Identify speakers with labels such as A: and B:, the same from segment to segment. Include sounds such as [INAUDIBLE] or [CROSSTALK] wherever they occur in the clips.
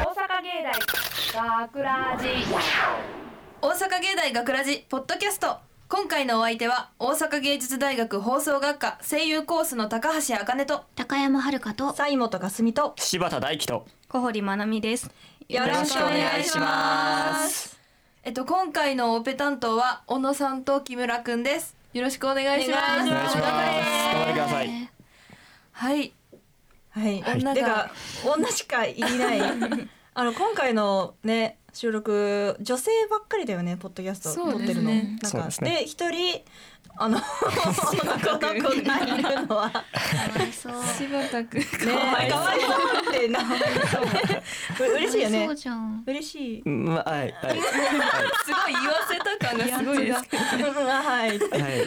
A: 大学ラジ
B: 大阪芸大学ラジポッドキャスト今回のお相手は大阪芸術大学放送学科声優コースの高橋茜と
C: 高山遥香と
D: 西本かすみと
E: 柴田大樹と
C: 小堀真奈美です。
B: よ
D: ろしくお願いします
B: えっと今回のオペ担当は小野さんと木村くんですよろしくお願いします
E: お願いします頑張ってください
B: はい
D: はい
B: 女が
D: てか女しかいない [LAUGHS] あの今回のね収録女性ばっかりだよねポッドキャスト
B: そ
D: 撮
B: う
D: っ
B: で
D: て
B: す
D: るの
B: ね
D: なん
E: そう
D: か
E: ですね
D: で一人あの男の子がいるのはね
C: かわいそう。
B: 柴田くん
D: 可愛いそうってな嬉しいよね
C: そうじゃん。
D: 嬉しい
E: うんまあはい
B: す
E: はい
B: ごい言わせた感がすごいですけど
D: うんあはい
E: はいはい
B: はい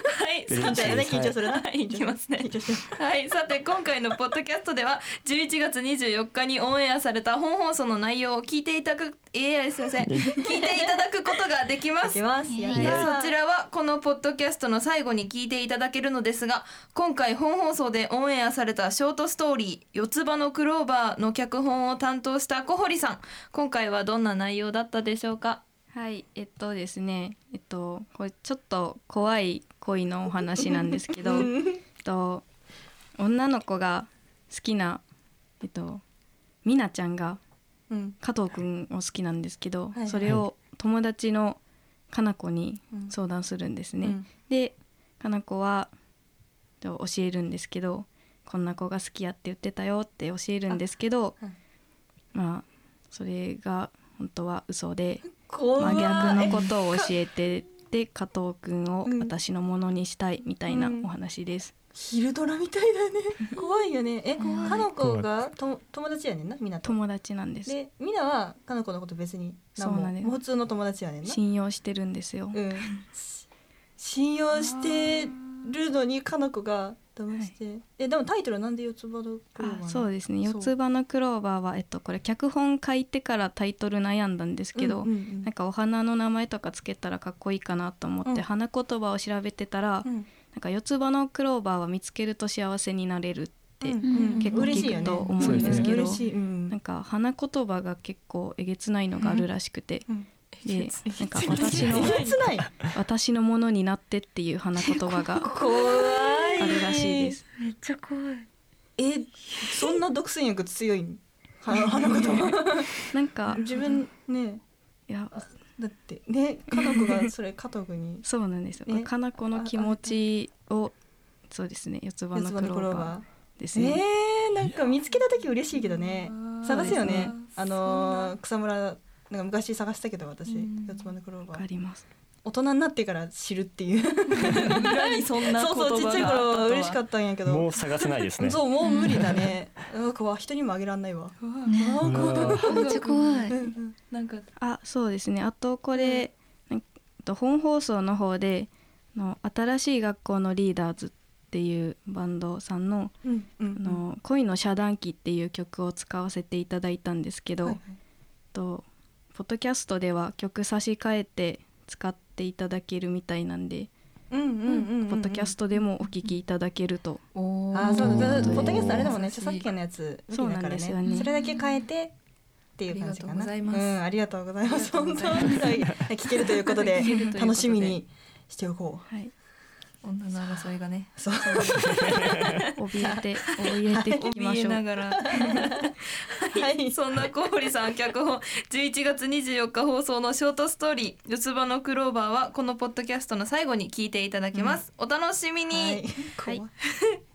E: 嬉しい
D: だよね
E: はい
D: 緊張するな
B: はい、いきますね
D: 緊。張する
B: はい、さて今回のポッドキャストでは11月24日にオンエアされた本放送の内容を聞いていただく、えー、すいません、聞いていただくことができま
D: いき
B: す。
D: ます
C: いや
D: や
C: い
D: り
B: で
D: ます
B: そちらはこのポッドキャストの最後に聞いていただけるのですが今回本放送でオンエアされたショートストーリー「四つ葉のクローバー」の脚本を担当した小堀さん今回はどんな内容だったでしょうか
F: はい、えっとですね、えっと、これちょっと怖い恋のお話なんですけど、えっと、女の子が好きな、えっと、みなちゃんが
D: うん
F: 加藤くんを好きなんですけど、
D: はい
F: それを友達のかな子に
D: うん
F: 相談するんです
D: う
F: ね。
D: ん
F: で、かな子は、えっと教えるんですけど、こんな子が好きやって言ってたよって教えるんですけど、
D: あはい
F: まあ、それが本当は嘘で、
D: 怖い
F: 真逆のことを教えてで加藤くんを私のものにしたいみたいなお話です。
D: 昼ドラみたいだ
F: [LAUGHS]
D: ね怖いよねえかのこがと友達やねんなみなと
F: 友達なんです。
D: でみなはかのこのこと別に何
F: そう
D: も
F: なんです
D: もう普通の友達やねんな
F: 信用してるんですよ。
D: うんし信用してるのにかのこが騙して、えでもタイトルはなんで四つ葉のクローバーな
F: あ
D: の
F: そうですね。
D: そう
F: 四つ葉のクローバーはえっとこれ脚本書いてからタイトル悩んだんですけど、
D: うんうんうん
F: なんかお花の名前とかつけたらかっこいいかなと思って、
D: うん
F: 花言葉を調べてたら、
D: うん
F: なんか四つ葉のクローバーは見つけると幸せになれるって、
D: うん
F: 結構
D: 嬉しいよ
F: 聞く
D: ね
F: と思
E: うんですけど
D: うん嬉しい、うん
F: なんか花言葉が結構えげつないのがあるらしくて、
D: うん
F: でなんか私の
D: えげつない
F: 私のものになってっていう花言
D: [LAUGHS]
F: 葉が
D: 怖い
F: [LAUGHS] あるらしいです。
C: めっちゃ怖い。
D: えそんな独占欲強いん花花言葉
F: なんか
D: 自分ね
F: いや
D: だってねかのこがそれ加藤君
F: [LAUGHS]
D: に
F: そうなんですよ。
D: ね
F: かな子の気持ちをそうですね四つ葉
D: 四
F: の
D: つ葉
F: ク
D: の
F: ロ
D: クロ
F: ー
D: ーバ
F: バ
D: ー
F: ーです
D: え
F: ね。
D: ー、なんか見つけた時嬉しいけどね探すよねあのー草むらなんか昔探したけど私四つ葉のクロー
F: わ
D: バ
F: か
D: ー
F: ります。
D: 大人になってから知るっていう
B: 裏にそんな
D: そうそうちっちゃい頃は嬉しかったんやけ
E: も
D: ど
E: う探せないですね
D: そうもう無理だねうん怖い人にもあげらんないわ
C: ね
D: あー怖い
C: めっちゃ怖い。
B: なんか
F: あそうですねあとこれ、なんと本放送の方であの新しい学校のリーダーズっていうバンドさんの
D: うんう
F: 「あ
D: ん
F: の恋の遮断機」っていう曲を使わせていただいたんですけど、
D: はいはい
F: とポッドキャストでは曲差し替えて使っていただけるみたいなんで、
D: うんうんうんうん
F: ポッドキャストでもお聞きいただけると、
B: お
D: あーそうだ
F: お
D: ポ
F: ー
D: ッドキャストあれだもんね
B: 優しい
D: 著作権のやつ無
F: そう
D: 理だ
F: な
D: か
F: ん
D: ら
F: ですよ
D: ね
F: ね
D: それだけ変えてっていう感じかな
B: ありがとうございます
D: ん、ありがとうございます
B: あり
D: 本
B: が
D: 当
B: とうございま
D: に聞けるということで
B: 聞けるということで
D: 楽しみにしておこ
F: はい、
B: 女の争いが [LAUGHS] ね
D: うそう
F: 怯えて怯えて聞きまし
B: 怯え
F: ょう
B: な。がら
D: はい
B: そんな小堀さん脚本11月24日放送のショートストーリー「四つ葉のクローバー」はこのポッドキャストの最後に聞いていただきます、お楽しみに、
D: はい怖い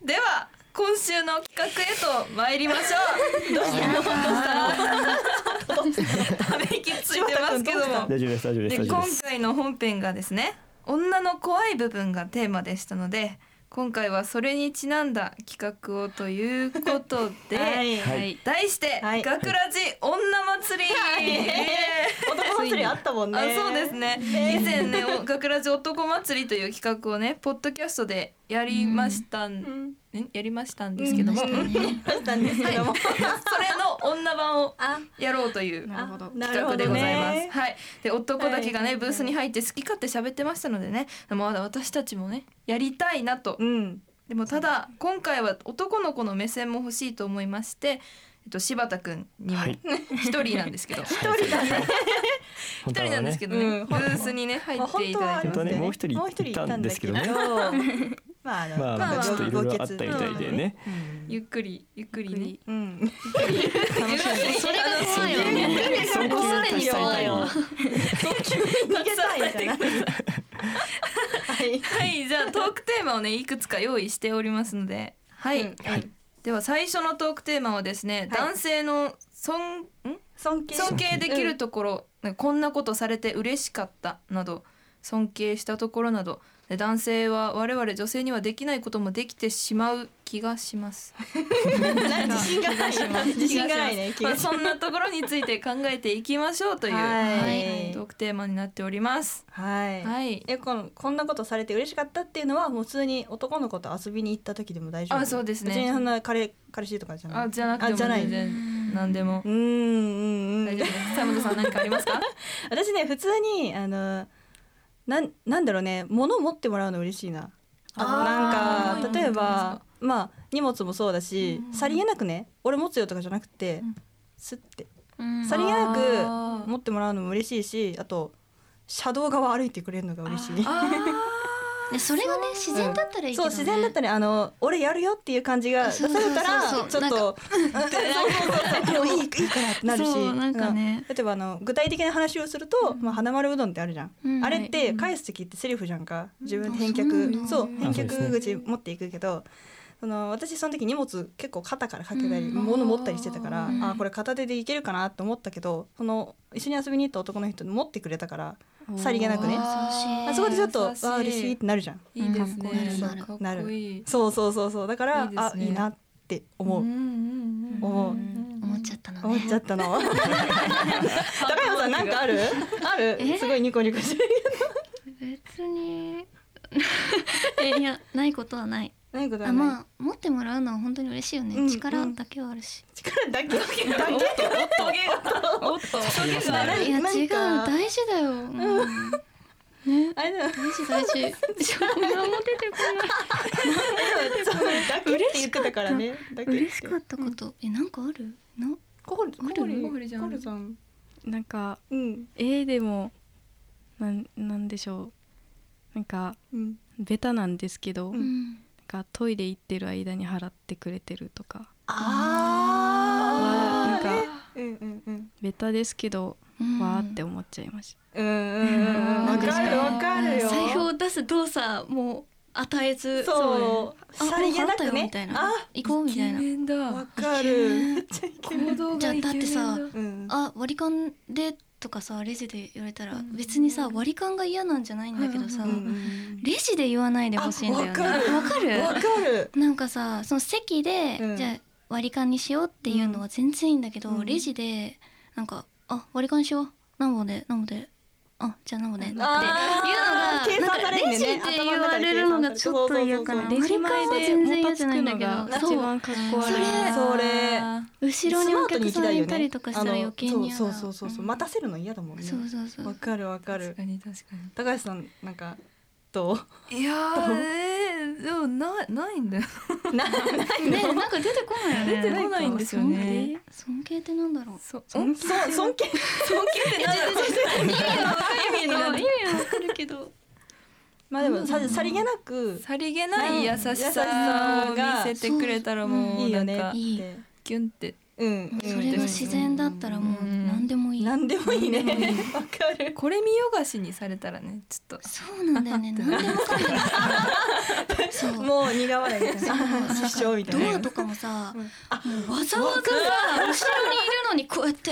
B: では今週の企画へと参りましょうどうしたどうしたため息ついてますけども
E: 大丈夫です大丈夫です
B: で
E: 大丈
B: 今
E: 夫です
B: 回の本編がですね女の怖い部分がテーマでしたので今回はそれにちなんだ企画をということで、
D: はい
E: は
F: はい
E: い
B: 題して、
D: はい
B: 学ラジ女祭り、
D: 男祭りあったもんね
B: あそうですね以前ねお学ラジ男祭りという企画をねポッドキャストでやりましたん、
D: うん
B: んやりましたんですけども、それ
D: あったんですけども
B: の女版を
D: あ
B: やろうという
F: なるほど
D: な
B: 企
D: る
B: 画
D: ほ
B: で
D: ど
B: ございます。
D: ね
B: はい。で男だけがね、
D: はい
B: ブースに入って好き勝手喋ってましたのでね、まだ私たちもねやりたいなと。
D: うん
B: でもただ今回は男の子の目線も欲しいと思いまして、えっと、柴田くんにも
E: はい
B: 一人なんですけど一
E: 一人だね。本当
B: 人なんですけ
E: ど。
B: どね、
D: うん
B: ブースにね入っていただいて
E: 本当はねもう一人
D: もう一人いたんですけど
E: いたん
D: [LAUGHS] まああの
E: まあ、
B: まあまあ
E: ちょっといろいろあったみたいでね。
B: ゆっくりゆっくりね
D: うん、
B: [LAUGHS]
C: それが怖いよね。
E: 尊敬
C: さらに怖いよ。
D: 逃げたいみたいな。はい。
B: はいじゃあトークテーマをねいくつか用意しておりますのではい、
D: うん
E: はい。
B: では最初のトークテーマはですね、
D: はい
B: 男性の尊ん
D: 尊敬。
B: 尊敬できるところ、なんかこんなことされて嬉しかったなど尊敬したところなどで男性は我々女性にはできないこともできてしまう気がします。
D: なんか自信がない。自信がないね。気
B: ま
D: が
B: あ、
D: しま
B: そんなところについて考えていきましょうと
D: す
B: いう、
D: はい
B: トークテーマになっております。
D: はい。
B: はい。
D: えこのこんなことされて嬉しかったっていうのはもう普通に男の子と遊びに行った時でも大丈夫
B: あそうですね
D: 別にそんな彼彼氏とかじゃない
B: あじゃなくて
D: あ
B: も
D: じゃない
B: 全然何でも
D: うーんうんう
B: 大
D: ん
B: 丈夫です。サムドさん何かありますか？
D: 私ね普通にあのなんなんだろうね物を持ってもらうの嬉しいな
B: あー
D: なんか例えばまあ荷物もそうだし、さりげなくね俺持つよとかじゃなくて、スッて [LAUGHS] さりげな
B: あー
D: く持ってもらうのも嬉しいしあと車道側歩いてくれるのが嬉しい
C: でそれがね自然だったらいいけ
D: そう
C: どね。
D: 自然だったねあの俺やるよっていう感じが出されたら
C: そうそう
D: ち
C: そう
D: ょっとうんそうそうそうもういいいいからってなるし
C: そうなんかね
D: 例えばあの具体的な話をすると、まあ、花丸うどんってあるじゃん、
C: うん
D: あれって返す時ってセリフじゃんか自分で返
C: そうなん
D: 却
C: だ
D: そう返
E: あそうですね
D: 却口持っていくけど。その私その時荷物結構肩からかけたり物持ったりしてたから、
C: うん
D: あこれ片手でいけるかなと思ったけどその一緒に遊びに行った男の人に持ってくれたからさりげなくね
C: あー
D: あそこでちょっと
B: 優しい
D: あ嬉しいってなるじゃん
B: いいですね。
C: かっ
B: かっ
D: いいなる
B: こいい。
D: そうそうそうそうだから
B: いいですね
D: あいいなって思う、
B: んんん
D: 思う
C: 思っちゃったのね。
D: 思っちゃったの高山さんなんかあるあるすごいニコニコしてる
C: 別に [LAUGHS] えいやないことはない。
D: ないことは
C: あ
D: ない、
C: まあ持ってもらうのは本当に嬉しいよね、
D: うん
C: 力だけはあるし、
D: 力だけだけ
B: おっと。
D: な
C: いうや
D: んなんか
C: 違う大事だよ、うんね
D: あれだよ
C: 大事大事そんなも出てこ
D: そうだけって言ってたからねだけ
C: ない嬉しかったこと、えなんかあるの
D: コールコール
B: コールじゃん
D: コールさん
F: なんか
D: うん
F: えー、でもなんなんでしょうなんか
D: うん
F: ベタなんですけど、
D: う
C: うん
F: なん
C: ん
F: かトイレ行ってる間に払ってくれてるとか
D: あ
F: なんか
D: ーうんうんうん
F: ベタですけど、
C: うん
F: わーって思っちゃいまし
D: うんうんうんわかるわかるよ
C: 財布を出す動作も与えず
D: そう
C: あ
D: さりげなく
C: もう払ったよ
D: ね
C: みたいな
D: あ
C: 行こうみたいな
B: 面
D: わ
B: だ。
D: かる
B: 行動がイケメン
C: じゃあだって
D: う
C: さ
D: ん
C: あ割り勘でとかさレジで言われたら、別にさ割り勘が嫌なんじゃないんだけどさ、
D: うん
C: レジで言わないでほしいんだよね
D: あわかる
C: わかる
D: わかる
C: なんかさその席で、
D: うん
C: じゃあ割り勘にしようっていうのは全然いいんだけど、
D: うん
C: レジでなんか「あ割り勘しよう何本で何本であじゃあ何本で」っていうのが
D: あー計算されるん
C: レ
D: だよ
C: ジ
D: ね
C: で言われるのがちょっと嫌かな
D: 頭
F: レジ前で
C: 割り勘は全
F: も
C: 然嫌
F: た
C: じ
F: つ
C: ゃな
F: く
C: いんだ
F: の
C: け
F: が
C: ど
F: 一番かっこ悪い
C: それ
D: それ
C: 後ろにお客
D: ス
C: さ
D: マートに行きた
C: んいた
D: いよね
C: りとかしたら余計に嫌だ
D: あのそうそうそうそう待たせるの嫌だもんね
C: そうそうそう
D: わかるわかる
B: 確かに確かに。
D: 高橋さんなんかどう
B: いやー、えー、でもないないんだよ。
D: な
C: ねなんか出てこないよね
B: 出てこないんですよね
C: 尊敬尊敬ってなんだろう
B: そうん
D: 尊そう尊敬尊敬って何だろう
C: 意味はわかるけど
D: まあでもささりげなく
B: [LAUGHS] さりげない優しさを見せてくれたらもう
D: いいよね
B: なん
D: っ
B: か
C: いい
D: て
B: キュンって
D: うん
C: それが自然だったらもう
B: うん
C: 何でもいい
D: なんでもいいねわかる
B: これ見よがしにされたらねちょっと
C: そうなんだよね
D: [LAUGHS]
C: 何でもかんでもそう
D: もう苦笑いみたいな
C: そう
D: 失笑みたいな
C: ドアとかもさ、もうわざわざさ後ろにいるのにこうやって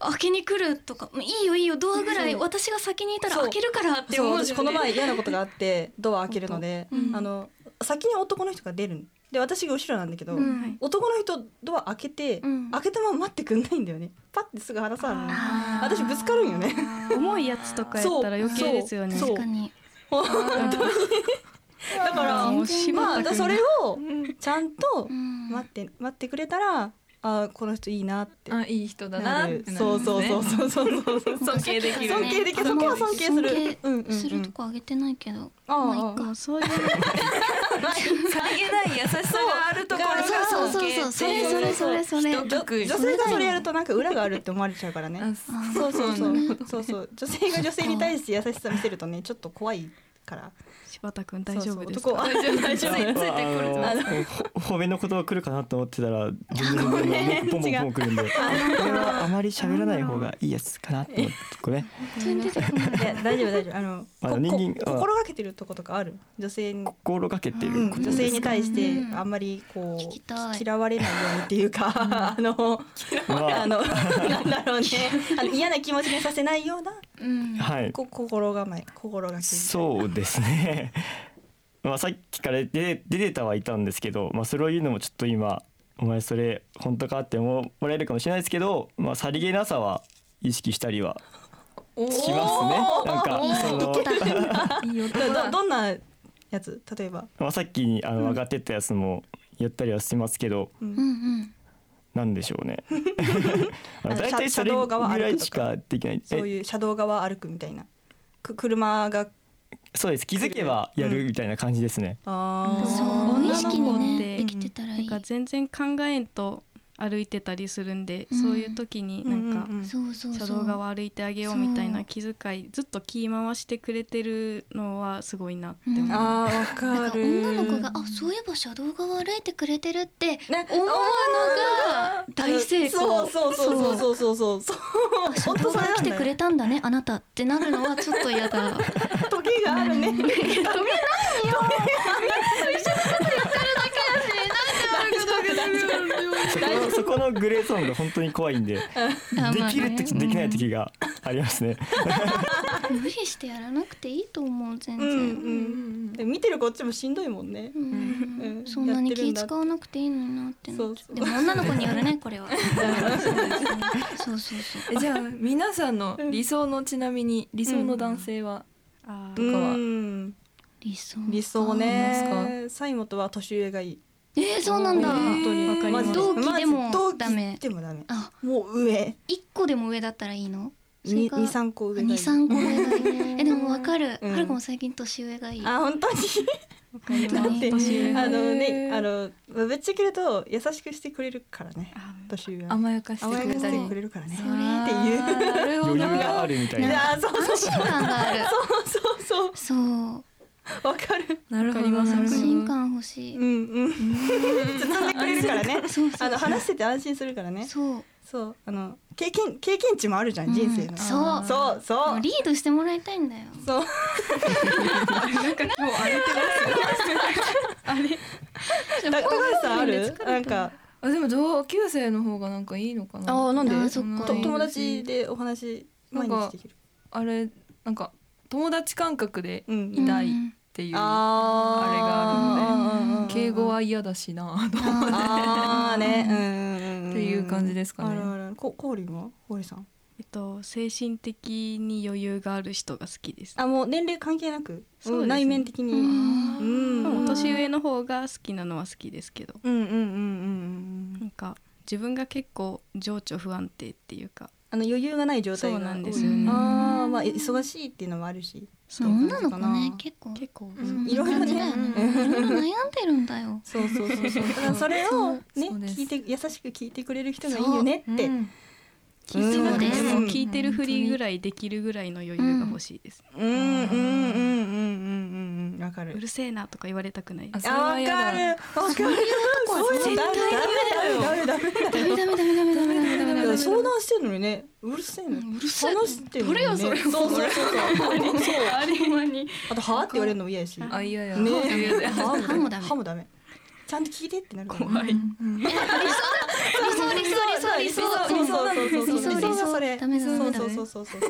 C: 開けに来るとかもういいよいいよドアぐらい私が先にいたら
D: そう
C: 開けるからって
D: そう
C: 思う
D: 私この前嫌なことがあってドア開けるので、
C: うん
D: あの先に男の人が出るんで私が後ろなんだけど、
C: うん
F: はい
D: 男の人ドア開けて、
C: うん
D: 開けたまま待ってくんないんだよねパッてすぐ離さない
C: あー
D: 私ぶつかるんよね
F: 重いやつとかやったら余計ですよね
D: そう
C: 確かに
D: だか
F: あー
D: ら
F: もう柴
D: ま
F: 田
D: あ
F: 君
D: それをちゃんと
C: うん
D: 待って待ってくれたらあこの人いいなって
B: あいい人だな
D: な
B: ってな
D: る
B: る、ね、
D: そうそうそうそうそうそうそう
B: 尊敬できる
D: 尊敬できるそこは尊敬する
C: 尊敬
D: うんうんうん
C: するとこあげてないけど
D: ああ
C: まあいっか
F: もうそういう
B: さりげない優しさがあるところが
C: そうそう
B: 尊敬
C: そう
B: って
C: それそ
B: いう
C: れそれそれ
B: 一曲
D: 女性がそれやるとなんか裏があるって思われちゃうからね
B: あ
D: そうそうそうそうそう女性が女性に対して優しさ見せるとねちょっと怖いから
F: 柴田君大丈夫です
D: そうそう男
F: か
D: は大丈夫大丈夫
B: ついてくる
E: あのほ褒めの言葉来るかなと思ってたら全然全然ボンボンボンボン来るんでこれはあまり喋らない方がいいやつかなって思ってこれね
C: 全然出てこない
D: いや大丈夫大丈夫あの
E: あ
D: こ
E: 人間
D: こ
E: あ
D: 心がけてるとことかある女性に
E: 心がけて
D: う
E: る
D: ん
E: こと
D: 女
E: です
D: 性
E: か
D: に対して
C: うん
D: あんまりこ
C: 聞きた
D: う
C: い
D: 嫌われないようにっていうかあ
C: [LAUGHS]
D: の [LAUGHS] あ
E: は
D: のなんだろうねあの嫌な気持ちにさせないような
C: うん
E: はい
D: こ心構え心がけ
E: そうですね [LAUGHS] まあさっきから出て出てたはいたんですけど、まあ、それを言うのもちょっと今「お前それ本当か?」って思われるかもしれないですけど、まあ、さりげなさは意識したりはしますね。なんかその
B: いい
D: ど
B: 男
D: ど
B: だ
D: どんなやつ例えば、
E: まあ、さっきにあの上がってったやつもやったりはしますけど、
D: うん
C: うんうん
E: なんでしょうね。
D: [LAUGHS]
E: あの
D: あの
E: [LAUGHS] 大
D: 車
E: 体それ
D: 車
E: ぐ
D: 道側歩くとから
E: いしかできない。
D: そう
E: え
D: いう車道側歩くみたいなく車が
E: そうです。気づけばやるみたいな感じですね。
D: あー
C: そう
F: 女の子
C: 無意識に
F: って
C: ねできてたら
F: ないん
C: い
F: か全然考えんと歩いてたりするんで、
C: うん
F: そういう時になんか、
D: うんうんうん
C: そうそうそ
F: 車道
C: う
F: 側歩いてあげようみたいな気遣いずっと気回してくれてるのはすごいなって思う、
C: うん
D: あーわ
C: なん
D: か
C: か
D: る
C: 女の子があそういえば車道側歩いてくれてるって
D: ね
C: 思うのが大成功
D: そうそうそうそうそうそう
C: あ
D: そ
C: 車
D: う
C: 道側来てく
D: れ
C: れたんだね [LAUGHS] あなたってなるのはちょっと嫌だ
D: トゲがあるね
E: そこのそこのグレーゾーンが本当に怖いんで、
C: まあ
E: で
C: ね
E: きる時とできない時がありますね。
C: [LAUGHS] 無理してやらなくていいと思う全
D: うん
C: 然、
D: うんでも見てるこっちもしんどいもんね
C: うん
D: うん
C: そんなに気
D: やってるんだ
C: 使わなくていいのになってなっちゃう
D: そうそう
C: でも女の子によるねこれは [LAUGHS] そうそうそう
B: えじゃあ皆さんの理想のちなみに理想の男性は、
F: あ
D: う
F: ー
D: ん
C: 理想
D: 理想
B: あり
D: ねサイモトは年上がいい
C: えー、そうなんだ、
D: 本当に
F: わかります
D: マジ
C: 同期でも
D: マジ同期
C: ダメ
D: でもダメ
C: あ
D: もう上
C: 一個でも上だったらいいのそれ
D: に
C: か
D: 二三個上がいい
C: 二三個上がいいえでもわかる、
D: うん
C: はるかも最近年上がいい
D: あ本当に
F: わかります
C: だって
F: 年上
D: あ
F: の
D: のねあのまあぶっちゃけると優しくしてくれるからね
F: あ
D: 年上は
B: 甘やかしてく
D: 甘や
B: れ
D: か
B: た
D: し
B: り
D: てくれるからね
B: そ
D: っていう
B: あーなるほ
E: 余裕
B: ど
E: があるみたい
D: い
E: な。
D: やそうそう
C: 安心感がある
D: そうそう
C: そう
D: わかる
B: なるほどなる
C: 安
B: ほ
C: 心
B: ど
C: 感欲しい、
D: うんうん包んでくれるからね
C: そうそ
D: あ
C: う
D: の話してて安心するからね
C: そう
D: そうあの経験経験値もあるじゃん、
C: うん
D: 人生の
C: そ
D: そ
C: う
D: うそ
C: もう
D: う
C: リードしてもらいたいんだよ
D: そうた高橋さんあるなんか
B: あでも同級生の方がなんかいいのかな
D: あーなんで
C: あーそっか
B: の
D: と
C: うん
D: 友達でお話毎日できる
B: あれなんか友達感覚でっ
D: うん
B: いない
C: うん
B: ていう、
D: あ
C: あれがあるので
D: ー
B: 敬語は嫌だしなと思って
D: ああねうんうんん
B: っていう感じですかね
D: あるあるあるこコーリンはコーリさん
F: えっと精神的に余裕がある人が好きです
D: あもう年齢関係なく、
F: そうですね
D: うん内面的にう
C: うんん
D: うん
F: で
D: う
F: も
D: ん
F: 年上の方が好きなのは好きですけど
D: うんうんうんう
F: なんんか自分が結構情緒不安定っていうか
D: あの余裕がない状態が多い
F: そうなんですよね
D: ああまあ忙しいっていうのもあるし
F: そういう
C: 女
F: 感じ
C: の
F: か
C: 子
F: な
C: ね結構
F: 結構
C: うん
D: いろいろね
C: いい感じだよねいろいろ悩んでるんだよ
D: そうそうそうそう。だからそれをね
B: そうです
D: 聞いて優しく聞いてくれる人がいいよねって。
B: うん
F: 聞いてなくて
D: う
F: も
D: ん
F: 聞いてるふりぐらいできるぐらいの余裕が欲しいです、
D: うんうんうんうんうんうんわか
F: う。るせえなとか言われたくない
B: あ
F: あ
B: そ
D: あ
B: れは
D: わ
B: 嫌
D: か
B: だ
D: る。わかる。そういうのダメダメダメダメ
C: ダメダメ
D: ダメだよ。
C: ダメダメダメダメダメダメ
D: 相談してるのにね、うるせえの。
C: うるせえ
D: 話してるのにね。
C: どれよそれ
D: そうそうそうそう。そう。
C: あれまに
D: あとはあって言われるのも嫌やし。ね
B: あ嫌や、
D: え。
C: 歯もダメ
D: 歯もダメ。ちゃんと聞いてってなるから。
F: 怖い
D: そうそうそうそう理
C: 理想理想理想理想理想
D: 想がそれ。
C: ダメダメダメ
D: そうそうそうそうそう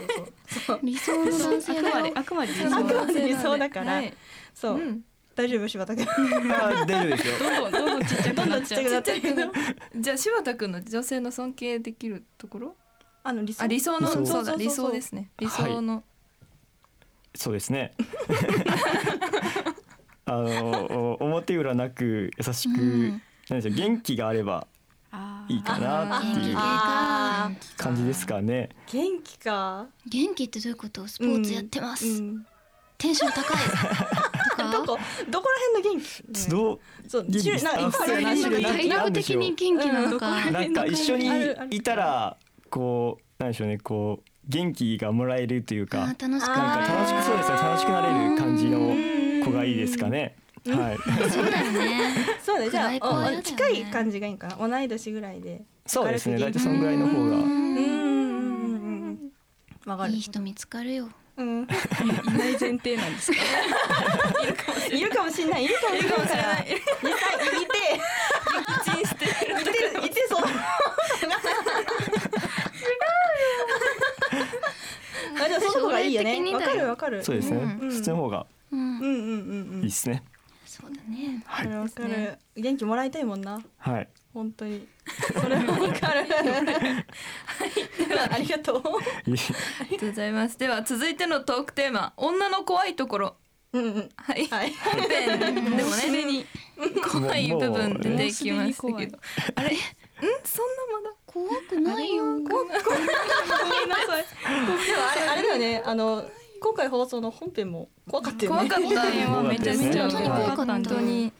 D: そう。
C: 理想の男性
F: あくまで
C: だ
F: あく
D: あく
F: まで
D: まで理想だ
B: だ
D: から
B: はい、
D: そうう。
B: ん
D: 大丈夫柴田君。
E: あ大丈夫ですよ。
F: どんどんどんどんちっちゃくなっちゃう
D: なってるけど。
B: じゃあ柴田君の女性の尊敬できるところ
D: あの理想
B: あ理想の
E: 理想
B: そうだ
D: そうそうそう
B: 理想ですね理
E: はい
B: 想の、
E: そうですね。 [LAUGHS] あのお表裏なく優しく、
C: うん
E: なんでしょう元気があれば
F: あ
E: いいかなって
C: 元気
E: い
C: 系
E: う
C: か
D: あ
E: 感じですかね。
D: 元気か
C: 元気ってどういうことスポーツやってます、
D: うん
C: テンション
D: [LAUGHS]
C: 高いとか
D: どこどこら辺の元気
E: どう
D: そう
E: 元気
D: 種類なんかいっぱいある
E: あ
D: 種類
E: 種
C: 体力的に元気なのか、
D: うん
E: なんか一緒にいたらこうなんでしょうねこう元気がもらえるという
C: あ
E: か
C: ー楽しく
E: なん
C: な
E: か楽しくそうですね楽しくなれる感じの子がいいですかね。はい、
C: るそうだよね
D: そうだねじゃ
C: 暗い子は
D: あ
C: 嫌だよ
D: お
C: ね
D: 近い感じがいいかな同い年ぐらいで
E: そうです
D: 明
E: ね
D: るく
E: 大体そのぐらいの方が
D: うんうんうんうんわかる
C: いい人見つかるよ
D: うん
F: いない前提なんですか
D: [LAUGHS] いるかもしんないいるかもしんないいるかもしれないいたいいて激していていてそう違うよあでもその子がいいよ
C: 将来
D: ね
C: 的に
D: わ
C: だよ
D: かるわかる
E: そうですね
D: うん
E: そっちの方が
C: うん
D: うんうんうんうん
E: いいですね。
C: そうだね
D: わ
E: は
D: か
E: い
D: るわかる、
F: ね
D: 元気もらいたいもんな
E: はい
D: 本当にそれ [LAUGHS] はわかるはいではありがとう
B: ありがとうございますでは続いてのトークテーマ女の怖いところ
D: うんうん
B: はい
D: はい
B: 本編 [LAUGHS] でもね
F: に
B: 怖い部分出てきました
F: もう
B: け
F: すでに
B: ど
F: 怖
B: あれんそんなまだ
C: 怖くないよ
D: ごめんなさいでもあれあれだよねあの今回放送の本編も怖かったよ
B: 怖
D: ね
B: かった今めちゃめちゃ
E: 本当に
C: 怖かった
B: 本当に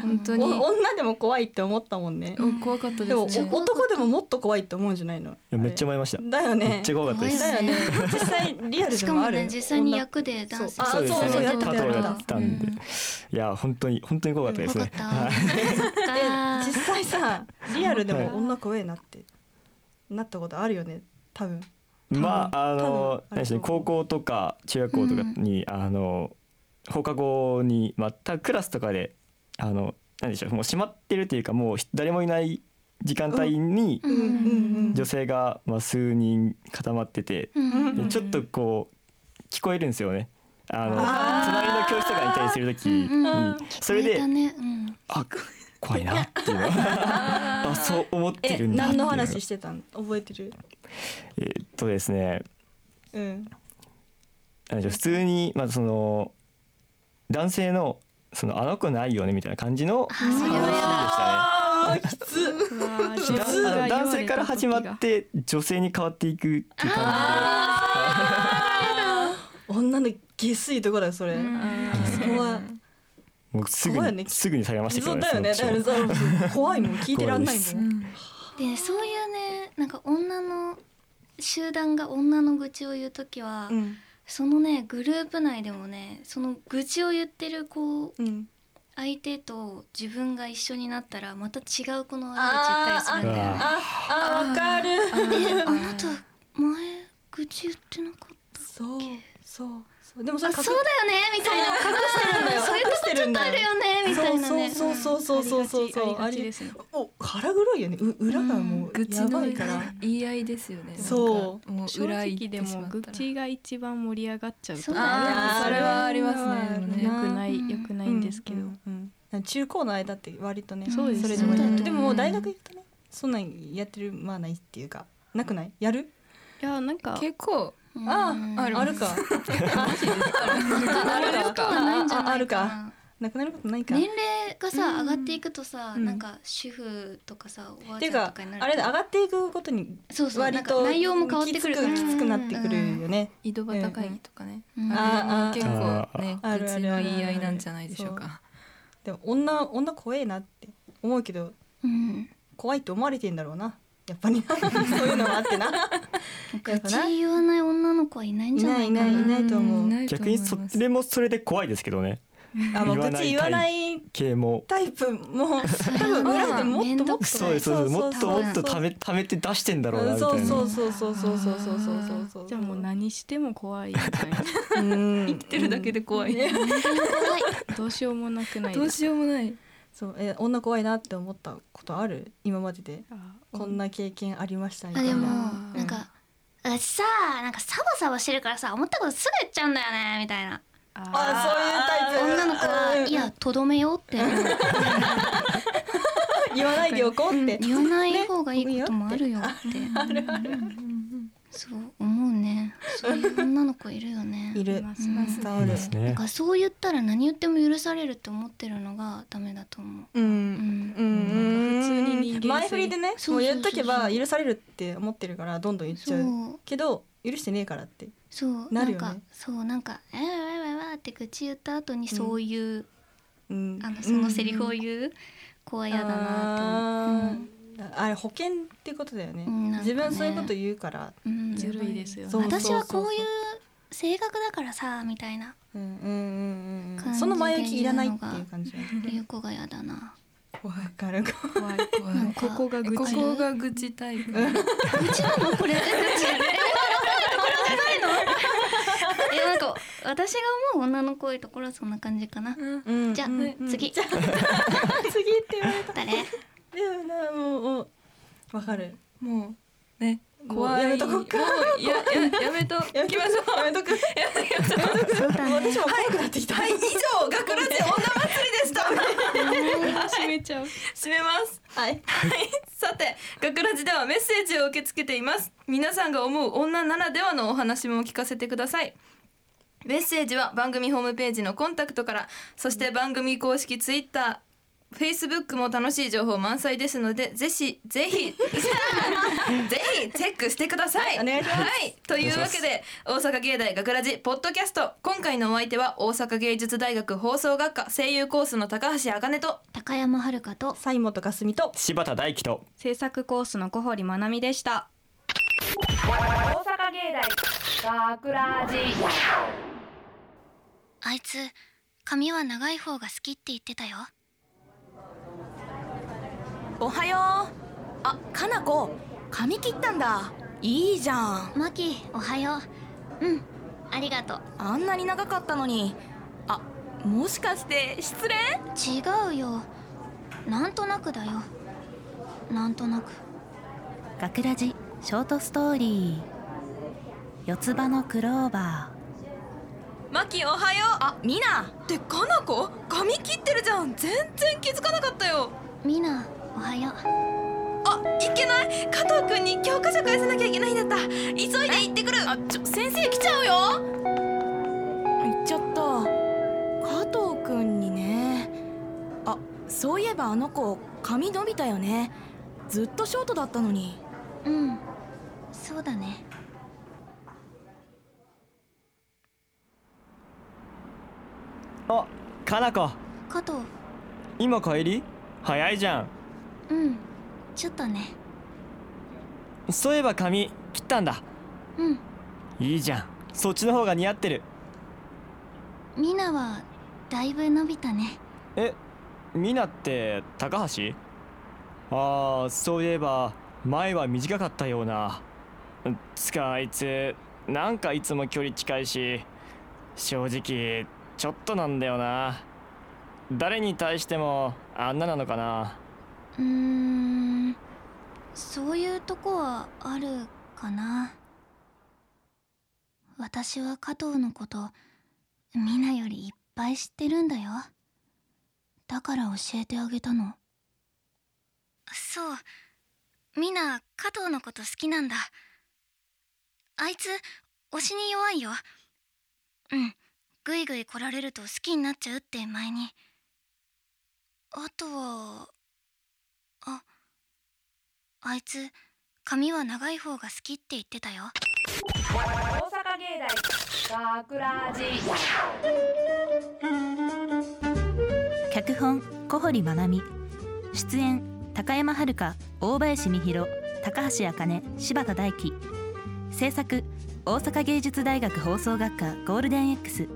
B: 本当
D: お
B: に
D: 女でも怖いって思ったもんね
B: うん怖かった
D: でもお
B: ですね
D: 男でももっと怖いって思うんじゃないの
E: いやめっちゃ迷いました。
D: だよね
E: めっちゃ怖かったです。
D: だよね実際リアル
C: し
D: で
C: か
D: も
C: も
D: ある
C: ね実際に役でダンス
D: そうあ
E: そうですね。
D: そうやってた
E: パ
D: や
E: ト
D: って
E: ロ
D: た
E: ーやってたんで、いや本当に本当に怖かったで
C: 怖
E: す
C: かっ
E: ね。
C: た
E: はい
C: そっか
D: 女実際さリアルで
E: はい
D: も女怖えなってなったことあるよね多分
E: まああの
D: 多分あれ
E: 何しろ
D: と思
E: 高
D: う
E: 校とか中学校とかに、あの放課後にまたクラスとかであの何でしょうもう閉まってるというかもうひ誰もいない時間帯に
C: うん
D: うん
E: 女性がまあ数人固まってて、
C: うんうん
E: で
D: うん
E: ちょっとこう聞こえるんですよね。あの
D: あー
E: 隣の教室とかにいたりするとき
C: うん
E: に
C: うん
E: それで
C: 聞こえたねうん
E: あ怖いなっていうのあそう思って
D: え
E: るんだっ
D: 何
E: ていう
D: の
E: が
D: 話してたん覚えてる
E: えーっとですね
D: うん
E: なんでしょう普通にまあその男性のそのあの子ないよねみたいな感じの
C: あそれはやだ
E: 話
D: あーきつ
E: でしたね。だあの男性から始まって女性に変わっていくっていう感じで
D: 女の下水とこだよそれそこは
E: もうすぐ
D: 怖いよ
E: に
D: ね
E: すぐに下げましたけ
D: そ
E: ど
D: うだよね
E: そ
D: だ
E: の
D: か
E: う
D: ら
E: ち
D: そう怖いもん聞いてらんない
E: 怖い
D: もん
C: でそういうねなんか女の集団が女の愚痴を言う時は、
D: うん
C: そのねグループ内でもねその愚痴を言ってる子
D: うん
C: 相手と自分が一緒になったらまた違う子の悪口言ったりするんだよね。
D: ああわかる
C: えあなた前愚痴言ってなかっ
D: そうそうそうでもそ
C: た
D: れ
C: あ
D: 隠
C: そうだよねみたいなそういうことちょっとあるよねみたいなね
D: そうそうそうそうそうそう
F: ありがちありがちですね
D: お腹黒いよねう裏がも
B: 愚
D: う
B: 痴
D: や
B: の
D: ばい
B: 言
D: から
B: い合いですよね
D: そう
B: なんかもう
F: 正
B: 裏
F: 直
B: 行って
F: で
B: しま
F: も
B: った
F: 愚
B: ら
F: 痴が一番盛り上がっちゃうと
C: そう
F: 良
C: だよね
D: あー
B: それはありますね
D: それはあるな
B: でもね
F: くない良くないんですけど、
D: うんうん中高の間って割とね
F: そうですね
D: れでも
C: そうだね
D: でももう大学行くとねそんなんやってるまあないっていうかなくないやる
F: いやなんか
B: 結構
D: あ
C: うん
D: ああるかあある
C: ことはないんじゃ
D: あ
C: な
D: あ
C: い
D: る
C: か
D: か
C: な
D: なくなることないか
C: 年齢がさ上がっていくとさ
D: うん
C: なんか主婦とかさおば
D: っ
C: あ
D: てい
C: ち
D: う
C: ゃん
D: か
C: とかになると
D: あれだ上がっていくごとに
C: そうそう
D: 割
C: なんか
D: と
C: 内容も変わってくるから
D: きつくきつくなってくるよね
B: 井戸端会議とかね
C: うん
B: あれも
E: あー
B: 結構
D: あ
B: ね
D: ー
B: 愚痴の言い合いなんじゃないでしょうか
D: でも女女怖えなって思うけど
C: うん
D: 怖いって思われてんだろうなやっぱりそういうのもあってな
C: 愚痴言わない女の子はいないんじゃないかな
D: ないないないと思うん
B: ないと
E: 逆
B: 思い
E: に
B: ます
E: それもそれで怖いですけどね
D: あの
E: 言わ
D: 口
E: ない
D: 言わない
E: 系も
D: タイプも多分
C: は
D: 裏でもっともっと
E: そうですそうですもっともっとためためて出してんだろうなみた
D: そ
E: いうな
D: そうそうそうそうそうそうそうそうそう
F: じゃあもう何しても怖いみたいな
D: 生
B: 言ってるだけで怖い
C: 怖い
F: どうしようもなくない
B: どうしようもない
D: そうえ女怖いなって思ったことある今までで
F: あ
D: こんな経験ありましたみた
C: あ
D: いな
C: でも
B: うん
C: なんか私さなんかサバサバしてるからさ思ったことすぐ言っちゃうんだよねみたいな
F: あ
D: あそういうタイプ
C: 女の子は
D: う
C: 「
D: ん
C: いやとどめよ」って
D: 言わないでおこうって
C: 言わない方がいいこともある
D: [LAUGHS]
C: よってそう思うねそういう女の子いるよね
D: [LAUGHS] いる
F: ますます
D: 伝わる
E: ですね
C: なん。かそう言ったら何言っても許されるって思ってるのがダメだと思う
D: う
C: うんん
D: うんうん
F: 通に人間性
D: 前振りでね
C: そ
D: も
C: うそうそうそう
D: うやっとけば許されるって思ってるからどんどん言っち
C: そ
D: ゃう
C: う
D: けど許してねえからって
C: そう
D: な
C: な,、
D: るよね
C: んかそうなんか「えー、わーわーわーって口言った後にそういう、
D: うん
C: あのそのセリフを言う子は嫌だなと思う
D: あーあれ保険ってことだよね
C: うんなんかね
D: 自分そういうこと言うから
C: うん、
F: ず
C: うん
F: るいですよね
D: そう
C: 私はこういう
D: そ
C: 性格だからさみたいな
D: うんうんうんうんう
C: 感
D: ん
C: じで
D: その前置きいらないっていう感じ
C: いう子が嫌だな
D: [LAUGHS] わかる
F: 怖い怖
C: なん
F: い
C: か
F: ここが
B: え
F: 愚
B: こ
F: 痴
B: こが愚痴タイプ。
C: うちなのこれえうちえ笑わないの笑わないの [LAUGHS] えなんか私が思う女の子いところはそんな感じかな
D: うん
C: じゃあ
D: うんうん
C: 次
D: じゃあ次って言われた
C: 誰
D: でもなもうもうわかる
B: もうね
D: もう
B: 怖い。
D: やめとこうか
B: もうやややめときましょう。
D: やめとく
B: やめときましょう
C: そうだね
D: 私も怖くなってきた
B: はい以上学ラジ女祭りで [LAUGHS] した。
F: 閉めちゃう
B: 締めます。
D: はい
B: はい、さて、学ラジではメッセージを受け付けています。皆さんが思う女ならではのお話も聞かせてください。メッセージは番組ホームページのコンタクトから、そして番組公式ツイッター、フェイスブックも楽しい情報満載ですので、ぜひ、 [LAUGHS] ぜひ、ぜひチェックしてください。
D: お願いします
B: はい、というわけで、大阪芸大学ラジポッドキャスト、今回のお相手は大阪芸術大学放送学科声優コースの高橋茜と、
C: 高山遥香と
D: 西本かすみと
E: 柴田大樹と
F: 制作コースの小堀まなみでした
A: 大阪芸大学ラジ
C: あいつ髪は長い方が好きって言ってたよ
G: おはようあかなこ髪切ったんだいいじゃん
C: マキおはよううんありがとう
G: あんなに長かったのにあもしかして失恋
C: 違うよなんとなくだよなんとなく
H: 学ラジショートストーリー四つ葉のクローバ
B: マキおはよう
G: あみな
B: ってかなこ髪切ってるじゃん全然気づかなかったよ
C: みなおはよ
B: あいけない加藤君に教科書返さなきゃいけないんだった急いで行ってくるあちょ
G: 先生来ちゃうよ行っちゃった加藤くんにねあそういえばあの子髪伸びたよねずっとショートだったのに
C: ううんそうだね
E: あかなこ
C: 加藤
E: 今帰り早いじゃ
C: うんちょっとね
E: んそういえば髪切ったんだ
C: うん
E: いいじゃんそっちの方が似合ってる
C: みなはだいぶ伸びたね
E: えミナって高橋ああそういえば前は短かったようなつかあいつなんかいつも距離近いし正直ちょっとなんだよな誰に対してもあんななのかな
C: うーんそういうとこはあるかな私は加藤のことみなよりいっぱい知ってるんだよだから教えてあげたのそうみな加藤のこと好きなんだあいつ推しに弱いようんぐいぐい来られると好きになっちゃうって前にあとはあいつ髪は長い方が好きって言ってたよ
A: 大阪芸大学ラジ
H: ー脚本小堀真奈美出演高山遥香大林美弘高橋茜柴田大樹制作大阪芸術大学放送学科ゴールデン X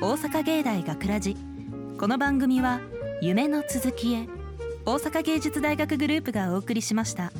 H: 大阪芸大学ラジこの番組は夢の続きへ大阪芸術大学グループがお送りしました。